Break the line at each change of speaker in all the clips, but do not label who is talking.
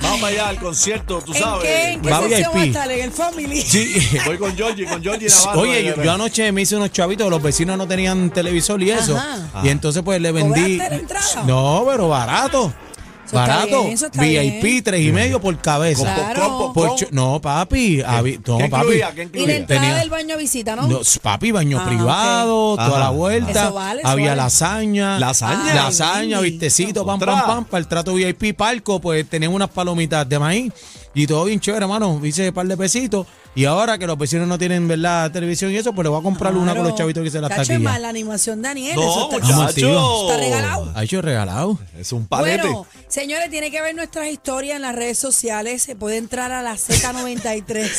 vamos allá al concierto, tú
¿En
sabes.
qué, en qué
Voy-
Va
sección
VIP.
va a estar? ¿En el family?
Sí, voy con Georgie, con Georgie Navarro.
Oye, yo, yo anoche me hice unos chavitos, los vecinos no tenían televisor y eso.
Ajá. Ah.
Y entonces pues le vendí.
¿Cobraste la entrada?
No, pero barato.
está
Barato.
bien, eso está bien.
VIP, tres y medio por cabeza.
Con- Claro.
Por cho- no, papi. habi- no,
¿Qué
papi.
incluía? ¿Qué
Y la
incluía?
entrada
Tenía-
del baño a visita, ¿no?
No, papi, baño
Oh. Ah,
privado, toda
Ajá.
la vuelta.
Eso vale, eso
Había
vale.
lasaña.
¿Lasaña?
Lasaña,
Ay,
vistecito, pam,
Ostras.
pam, pam. Para el trato VIP, palco, pues tenían unas palomitas de maíz. Y todo bien chévere, hermano. Hice un par de pesitos. Y ahora que los vecinos no tienen, ¿verdad? Televisión y eso, pues le voy a comprar una
Claro.
con los chavitos que se las
Cacho, es más,
taquillan.
la animación Daniel.
No,
eso está-
muchacho.
muchacho.
Está regalado.
Ha hecho regalado.
Es un palete.
Bueno, señores, tiene que ver nuestras historias en las redes sociales. Se puede entrar a la Z93.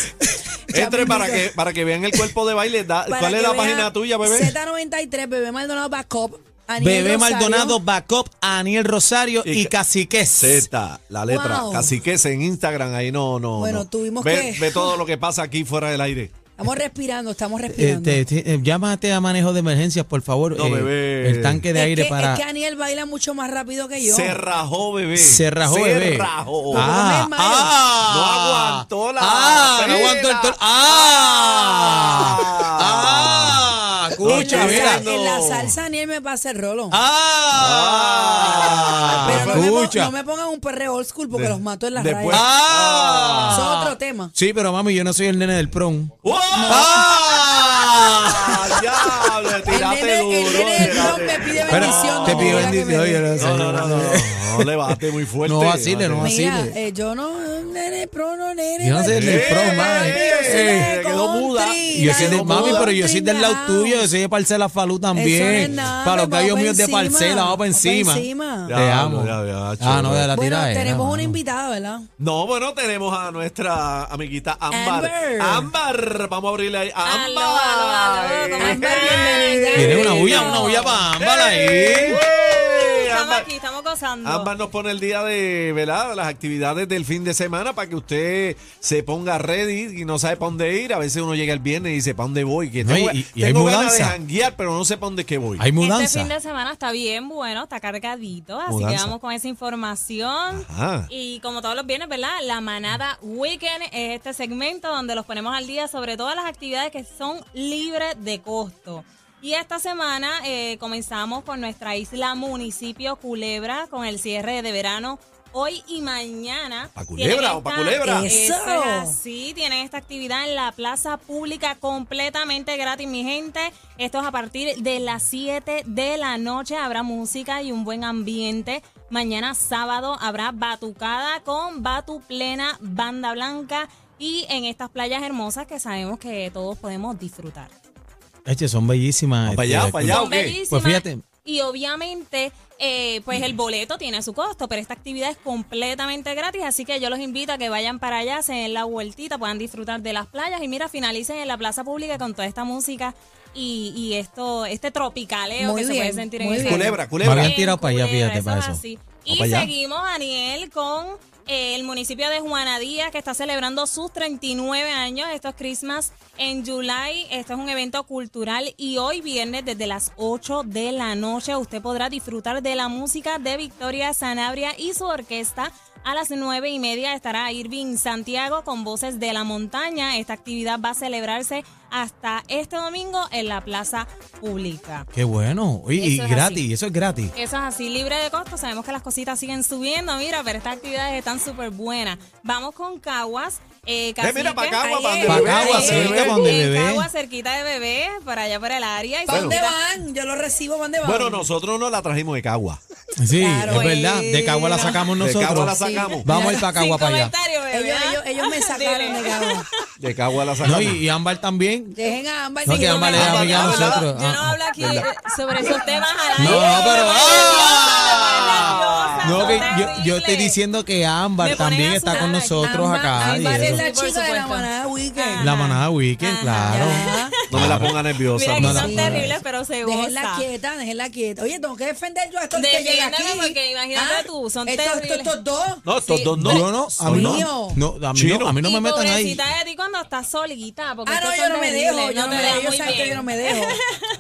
Ya
Entre para
mismito.
que, para que vean el cuerpo de baile. da-
Para
¿Cuál es
que
la
vean
página tuya, bebé?
Z93, Bebé Maldonado Backup. Aniel
Bebé
Rosario.
Maldonado, Backup, Aniel Rosario
Y
y,
ca-
Caciques.
Z, la letra.
Wow.
Así que en Instagram, ahí no, no.
Bueno,
no.
tuvimos
Ve-
que-
Ve todo lo que pasa aquí fuera del aire.
Estamos respirando, estamos
Eh,
respirando.
te- te- eh, llámate a manejo de emergencias, por favor.
No,
Eh,
bebé.
El tanque de
es,
aire
que,
para.
es que Aniel baila mucho más rápido que yo.
Se rajó, bebé.
Se rajó, bebé.
Se rajó.
Ah,
Mayo.
ah,
No aguantó la
Ah, no
pela.
aguantó el tol- Ah,
Ah.
ah,
en, la,
escucha,
sa-
mira.
no.
en la salsa Aniel me pasa el rolo.
Ah,
Pero no me, pon-
escucha.
no me pongan un perreo old school porque
De-
los mato en la
después-
raya.
Ah.
Eso es otro tema.
Sí, pero mami, yo no soy el nene del prom.
¡Wow!
Ah.
Ah, diablo, le
El
tiraste
nene, el
duro,
nene del
tiraste.
blog me pide
Pero
bendición.
te
no
pido
me diga que
bendición.
me-
oye, no sé.
No, no, no, no, no, no le bate muy fuerte.
No vacile, no vacile.
Mira,
Basile.
eh, yo no, nene, pro, no, nene.
Yo no soy el del
¡Eh!
prom, mami.
¡Eh!
Eh,
Se quedó muda.
country,
Y Yo soy
la
del, mami,
country
pero yo soy del lado
now.
tuyo, yo soy de Parcela Falú
Eso no es
también.
nada,
Para los
vamos
gallos
pa'
míos de
encima,
Parcela, vamos para
vamos pa'
encima.
encima.
Te
Ya,
amo.
ya, ya,
Ah, no, de la
Bueno,
tira era,
tenemos
mano.
una invitada, ¿verdad?
No, bueno, tenemos a nuestra amiguita Ámbar.
Amber.
Ámbar, vamos a abrirle ahí.
Aló,
Ámbar.
aló, aló, ¿cómo
Eh,
están?
eh,
Tiene una
eh,
bulla, una bulla para ambas ahí.
eh,
Estamos
Ámbar.
aquí, estamos gozando.
Ámbar nos pone el día de ¿verdad? las actividades del fin de semana para que usted se ponga ready y no sabe para dónde ir. A veces uno llega el viernes y dice, ¿para dónde voy? Que
No,
tengo,
y- y- y hay
tengo ganas de
mudanza.
janguear, pero no sé para dónde es que voy.
Hay
Este
mudanza.
fin de semana está bien bueno, está cargadito, así
Mudanza.
que vamos con esa información.
Ajá.
Y como todos los viernes, ¿verdad? La Manada Weekend es este segmento donde los ponemos al día sobre todas las actividades que son libres de costo. Y esta semana eh, comenzamos con nuestra isla municipio Culebra con el cierre de verano hoy y mañana.
¿Pa'
Tienen
Culebra o pa' Culebra?
Eso
¡Eso!
es así, tienen esta actividad en la plaza pública completamente gratis, mi gente. Esto es a partir de las 7 de la noche. Habrá música y un buen ambiente. Mañana sábado habrá batucada con Batu Plena, Banda Blanca y en estas playas hermosas que sabemos que todos podemos disfrutar.
Eche, son bellísimas.
Ah, pa' allá,
este,
pa' allá.
Son
ok.
bellísimas
Pues fíjate.
Y obviamente, eh, pues el boleto tiene su costo, pero esta actividad es completamente gratis, así que yo los invito a que vayan para allá, se den la vueltita, puedan disfrutar de las playas y mira, finalicen en la plaza pública con toda esta música y, y esto, este tropicaleo
Muy bien,
que se puede sentir en
muy
esa
bien.
Culebra,
Me
culebra.
habían tirado para allá,
Culebra,
fíjate, para
es
eso.
así. Y
para allá.
seguimos, Daniel, con eh, el municipio de Juanadía, que está celebrando sus 39 años. Esto es Christmas en July. Esto es un evento cultural y hoy viernes desde las 8 de la noche usted podrá disfrutar de la música de Victoria Sanabria y su orquesta. A las nueve y media estará Irving Santiago con Voces de la Montaña. Esta actividad va a celebrarse hasta este domingo en la plaza pública.
Qué bueno. Y, y
Eso es
gratis,
así.
eso es gratis.
Eso es así, libre de costo. Sabemos que las cositas siguen subiendo, mira, pero estas actividades están súper buenas. Vamos con Caguas. Eh,
Eh, mira,
Cacique.
pa' Caguas,
Ahí
pa'
es,
donde
ahí
bebé. Pa' Caguas,
es.
cerquita pa' donde
En
bebé.
Caguas, cerquita de bebé, por allá por el área. Y
¿Para dónde
cerquita-
van? Yo lo recibo, ¿para dónde van?
Bueno, nosotros no la trajimos de Cagua.
Sí,
Claro,
es verdad. De Cagua la sacamos
De Cagua la
nosotros.
sacamos.
Vamos a ir para
Sin
Cagua para allá.
comentario, bebé,
ellos,
¿ah?
ellos, ellos me sacaron de
Dile.
cagua.
De Cagua la
No,
sacamos.
y, y Ámbar también.
Dejen a ambas.
No,
y
que
yo me-
Ámbar es
Ámbar,
amiga de
Ámbar,
nosotros.
Yo no
Ah.
hablo aquí sobre esos temas al
No,
aire, me
pero.
pone
¡Ah!
nerviosa, me
No,
pone
que
nerviosa,
yo, yo estoy
terrible.
diciendo que Ámbar
Me ponen
también
a
está con
sudar.
nosotros
Ámbar-
acá. y
Ámbar es
eso.
la
Sí, por
chica de la
supuesto.
manada weekend.
La manada weekend,
Ajá.
claro.
Ya.
No me la ponga nerviosa.
Mira que
no la
son
ponga
terribles, pero se
Déjenla
gusta.
quieta, déjenla quieta. Oye, tengo que defender yo a estos que llegan
Defiéndeme,
aquí. Ah,
porque imagínate tú, son
estos,
terribles.
Estos, estos dos.
No, estos
Sí.
dos no.
Yo no, a mí
Mío.
no. no, a mí
Chino.
no, a mí no
y
me metan ahí.
pobrecita de ti cuando estás solita. Porque
Ah, no,
estos
yo
son
no me
terribles,
dejo. Yo no
te
me
dejas
dejo. Yo
muy
sabes que
bien.
yo no me dejo.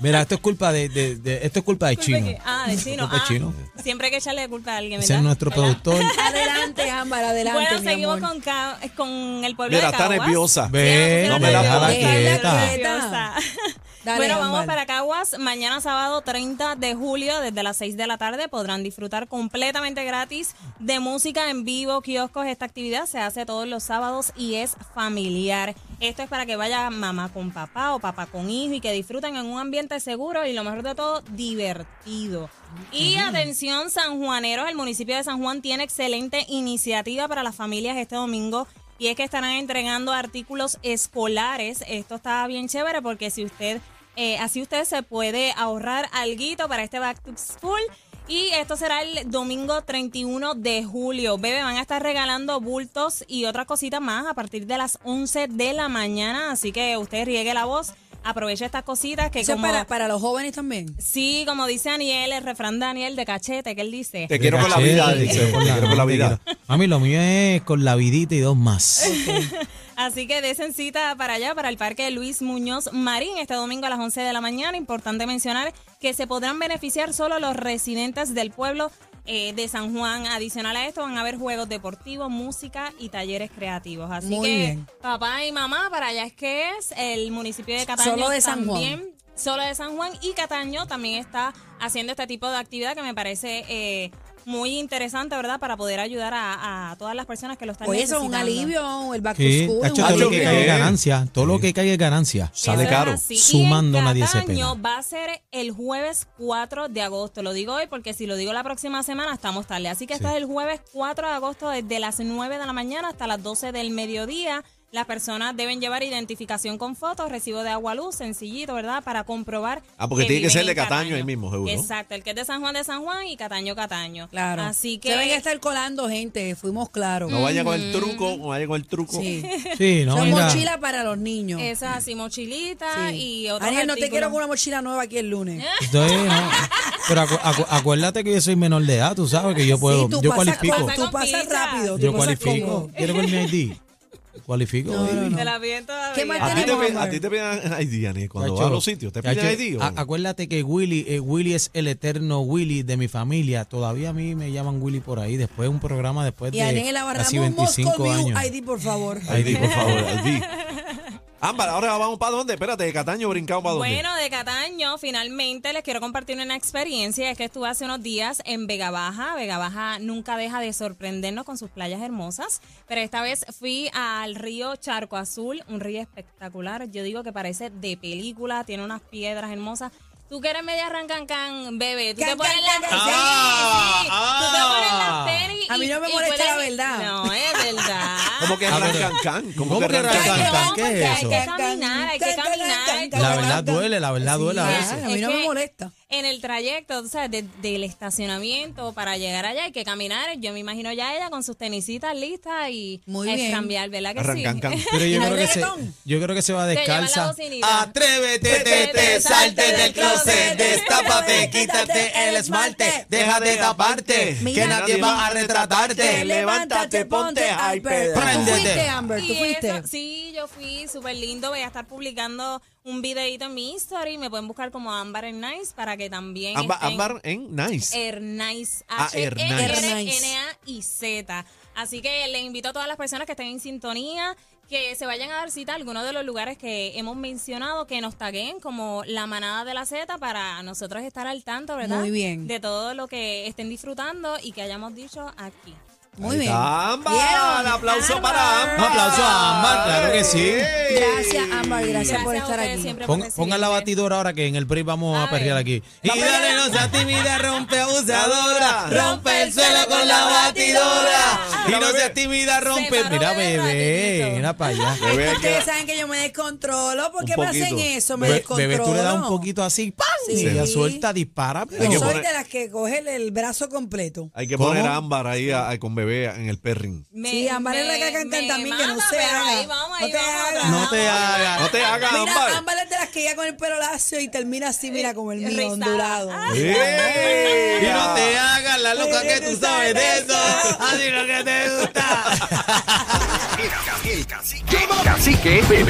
Mira, esto es culpa de, de- de- esto es culpa de
Disculpe
Chino.
que- ah, de chino.
Culpa de
ah,
Chino.
Siempre hay que echarle culpa a alguien, ¿verdad?
Ese es nuestro
¿Verdad?
productor.
Adelante, Ámbar, adelante.
Bueno,
mi
seguimos
amor.
con, ca- con el pueblo
Mira,
de
está
Caguas.
nerviosa.
Ve,
No me la
déjala
pongas.
quieta.
Déjala quieta. Dale,
bueno, vamos
Ámbar.
para Caguas. Mañana sábado 30 de julio, desde las 6 de la tarde, podrán disfrutar completamente gratis de música en vivo, kioscos. Esta actividad se hace todos los sábados y es familiar. Esto es para que vaya mamá con papá o papá con hijo y que disfruten en un ambiente seguro y lo mejor de todo, divertido. Y atención, sanjuaneros, el municipio de San Juan tiene excelente iniciativa para las familias este domingo y es que estarán entregando artículos escolares. Esto está bien chévere porque si usted, eh, así usted se puede ahorrar alguito para este Back to School. Y esto será el domingo 31 de julio. Bebe, van a estar regalando bultos y otras cositas más a partir de las 11 de la mañana. Así que usted riegue la voz, aproveche estas cositas que
Eso es
como...
para, para los jóvenes también.
Sí, como dice Aniel, el refrán de Aniel de cachete, que él dice.
Te quiero con la
Cachete,
vida,
te
dice.
quiero con la-
Te quiero con la
te
vida.
quiero. Mami, lo mío es con la vidita y dos más.
Así que desen cita para allá, para el Parque Luis Muñoz Marín, este domingo a las 11 de la mañana. Importante mencionar que se podrán beneficiar solo los residentes del pueblo eh, de San Juan. Adicional a esto van a haber juegos deportivos, música y talleres creativos. Así
Muy
que
bien.
papá y mamá, para allá es que es el municipio de Cataño.
Solo de San Juan.
también, Solo de San Juan y Cataño también está haciendo este tipo de actividad que me parece... eh, muy interesante, ¿verdad? Para poder ayudar a, a todas las personas que lo están
Oye, eso es
necesitando.
un alivio, el back to
Sí,
school.
tacho,
un
todo lo
macho
que
que
alivio.
caiga es
es.
ganancia. Todo lo que caiga es ganancia.
Sale
Eso es
caro.
así.
Sumando
y en
nadie se
Cataño
pela.
va a ser el jueves 4 de agosto. Lo digo hoy porque si lo digo la próxima semana estamos tarde. Así que
Sí.
este es el jueves 4 de agosto desde las 9 de la mañana hasta las 12 del mediodía. Las personas deben llevar identificación con fotos, recibo de agua luz, sencillito, ¿verdad? Para comprobar.
Ah, porque tiene que
viven
ser de
en
Cataño ahí mismo, seguro.
Exacto, el que es de San Juan de San Juan y Cataño Cataño.
Claro.
Así que.
Se ven a estar colando gente, fuimos claros.
No vaya con el truco, no vaya con el truco.
Sí.
Sí, no,
Son
mira.
mochilas para los niños.
Eso es así, mochilita
Sí.
y otros
Ariel, no te
artículos. Ah.
quiero con una mochila nueva aquí el lunes.
Esto es, no. Pero acu- acu- acuérdate que yo soy menor de edad, tú sabes que yo puedo.
Sí, tú
yo
pasas
cualifico.
con- Tú
Pasa con
pasas
pizza.
rápido. tú
Yo
pasas
cualifico.
cómodo.
¿Quieres ver mi ID? Cualifico.
No, no,
baby.
no.
Te la piden todavía.
¿Qué más
A ti, te,
Tenemos
piden- a
hambre.
ti te piden ID, Dani, cuando
Chacho,
vas a los sitios. ¿Te piden
chacho,
ID? o
a-
no?
acuérdate que Willy, eh, Willy es el eterno Willy de mi familia. Todavía a mí me llaman Willy por ahí. Después un programa después
Y
de
Ariel,
casi
abarramos un Moscow
25
Mule
años.
ID, por favor.
ID, por favor, ID. Ámbar, ahora vamos para dónde? Espérate, de Cataño brincamos para dónde.
Bueno, de Cataño, finalmente les quiero compartir una experiencia. Es que estuve hace unos días en Vega Baja. Vega Baja nunca deja de sorprendernos con sus playas hermosas. Pero esta vez fui al río Charco Azul, un río espectacular. Yo digo que parece de película, tiene unas piedras hermosas. Tú que eres media rancancán, bebé. Tú
Can,
te pones
can,
las
can,
tenis.
can.
Ah, ah.
Tú te pones las tenis.
A mí no me
y- y
molesta la
puedes-
verdad.
No, es verdad.
¿Cómo que
A ver,
Rancancán? ¿Cómo,
ah. ¿cómo
que
que
Rancancán?
Rancancán?
No,
¿Qué
porque
es
Hay
eso?
que caminar, hay que caminar.
La verdad duele, la verdad duele a
Sí, eh,
veces.
A mí
Es
no me
que-
molesta.
en el trayecto, o sea, de- del estacionamiento para llegar allá hay que caminar. Yo me imagino ya ella con sus tenisitas listas y
Muy
a
bien.
estrambear, ¿verdad que
Rancancán.
sí?
Pero yo
¿No hay
creo, que se,
reggaetón?
yo creo que se va
Te llevan la
descalza.
bocinita.
Atrévete,
te, te, salte del closet,
destápate, quítate el esmalte,
deja de taparte,
que Mira. nadie
va a retratarte.
levántate, ponte hyper.
Tú
Préndete.
fuiste, Amber, tú
Y
fuiste.
eso, sí, yo fui súper lindo. Voy a estar publicando un videito en mi story. Me pueden buscar como Ámbar en Nice para que también.
Ámbar,
estén-
ámbar en Nice.
Eh,
Hernais.
Ah,
h E r n
Hernais.
a i z Así que les invito a todas las personas que estén en sintonía que se vayan a dar cita a alguno de los lugares que hemos mencionado, que nos taguen como la manada de la Z para nosotros estar al tanto, ¿verdad?
Muy bien.
De todo lo que estén disfrutando y que hayamos dicho aquí.
Muy
Ahí
bien.
está Ámbar,
¿Vieron?
aplauso para Ámbar.
Un aplauso a Ámbar, claro que sí.
Ey.
Gracias, Ámbar, gracias por
a
estar
ustedes
aquí.
siempre por
Pon- pongan la
recibirme.
batidora ahora que en el PRI vamos a,
A ver.
perrear aquí. Y
La pelea.
dale, no seas tímida, rompe abusadora.
Rompe
el suelo con la batidora.
Y no
bebé.
seas tímida, rompe.
paró
Mira,
de
bebé,
ratito.
mira para allá.
Es
Bebé,
que ustedes
queda-
saben que yo me descontrolo. ¿Por
Un
qué me hacen
poquito.
eso? Me
Be-
descontrolo.
Bebé, tú le das un poquito así, ¡pam!
Sí.
Y ella suelta, dispara.
Yo
Hay que
soy
poner-
de las que coge el, el brazo completo.
Hay que
¿Cómo?
poner ámbar ahí a- a- con bebé en el perrin.
Me,
Sí, Ámbar es la que
me-
cantan
me
también, que no
mata,
se
pero
haga.
Ahí vamos,
No
ahí
te
vamos,
hagas.
vamos.
No te hagas.
No te hagas
Mira,
ámbar.
ámbar es de las que ya con el pelo lacio y termina así, mira, como el mío,
Rizada.
ondulado.
Ah.
¡Eh!
Y no te hagas la loca que tú sabes de eso. Así lo que te gusta.
El cacique, el cacique, bebé.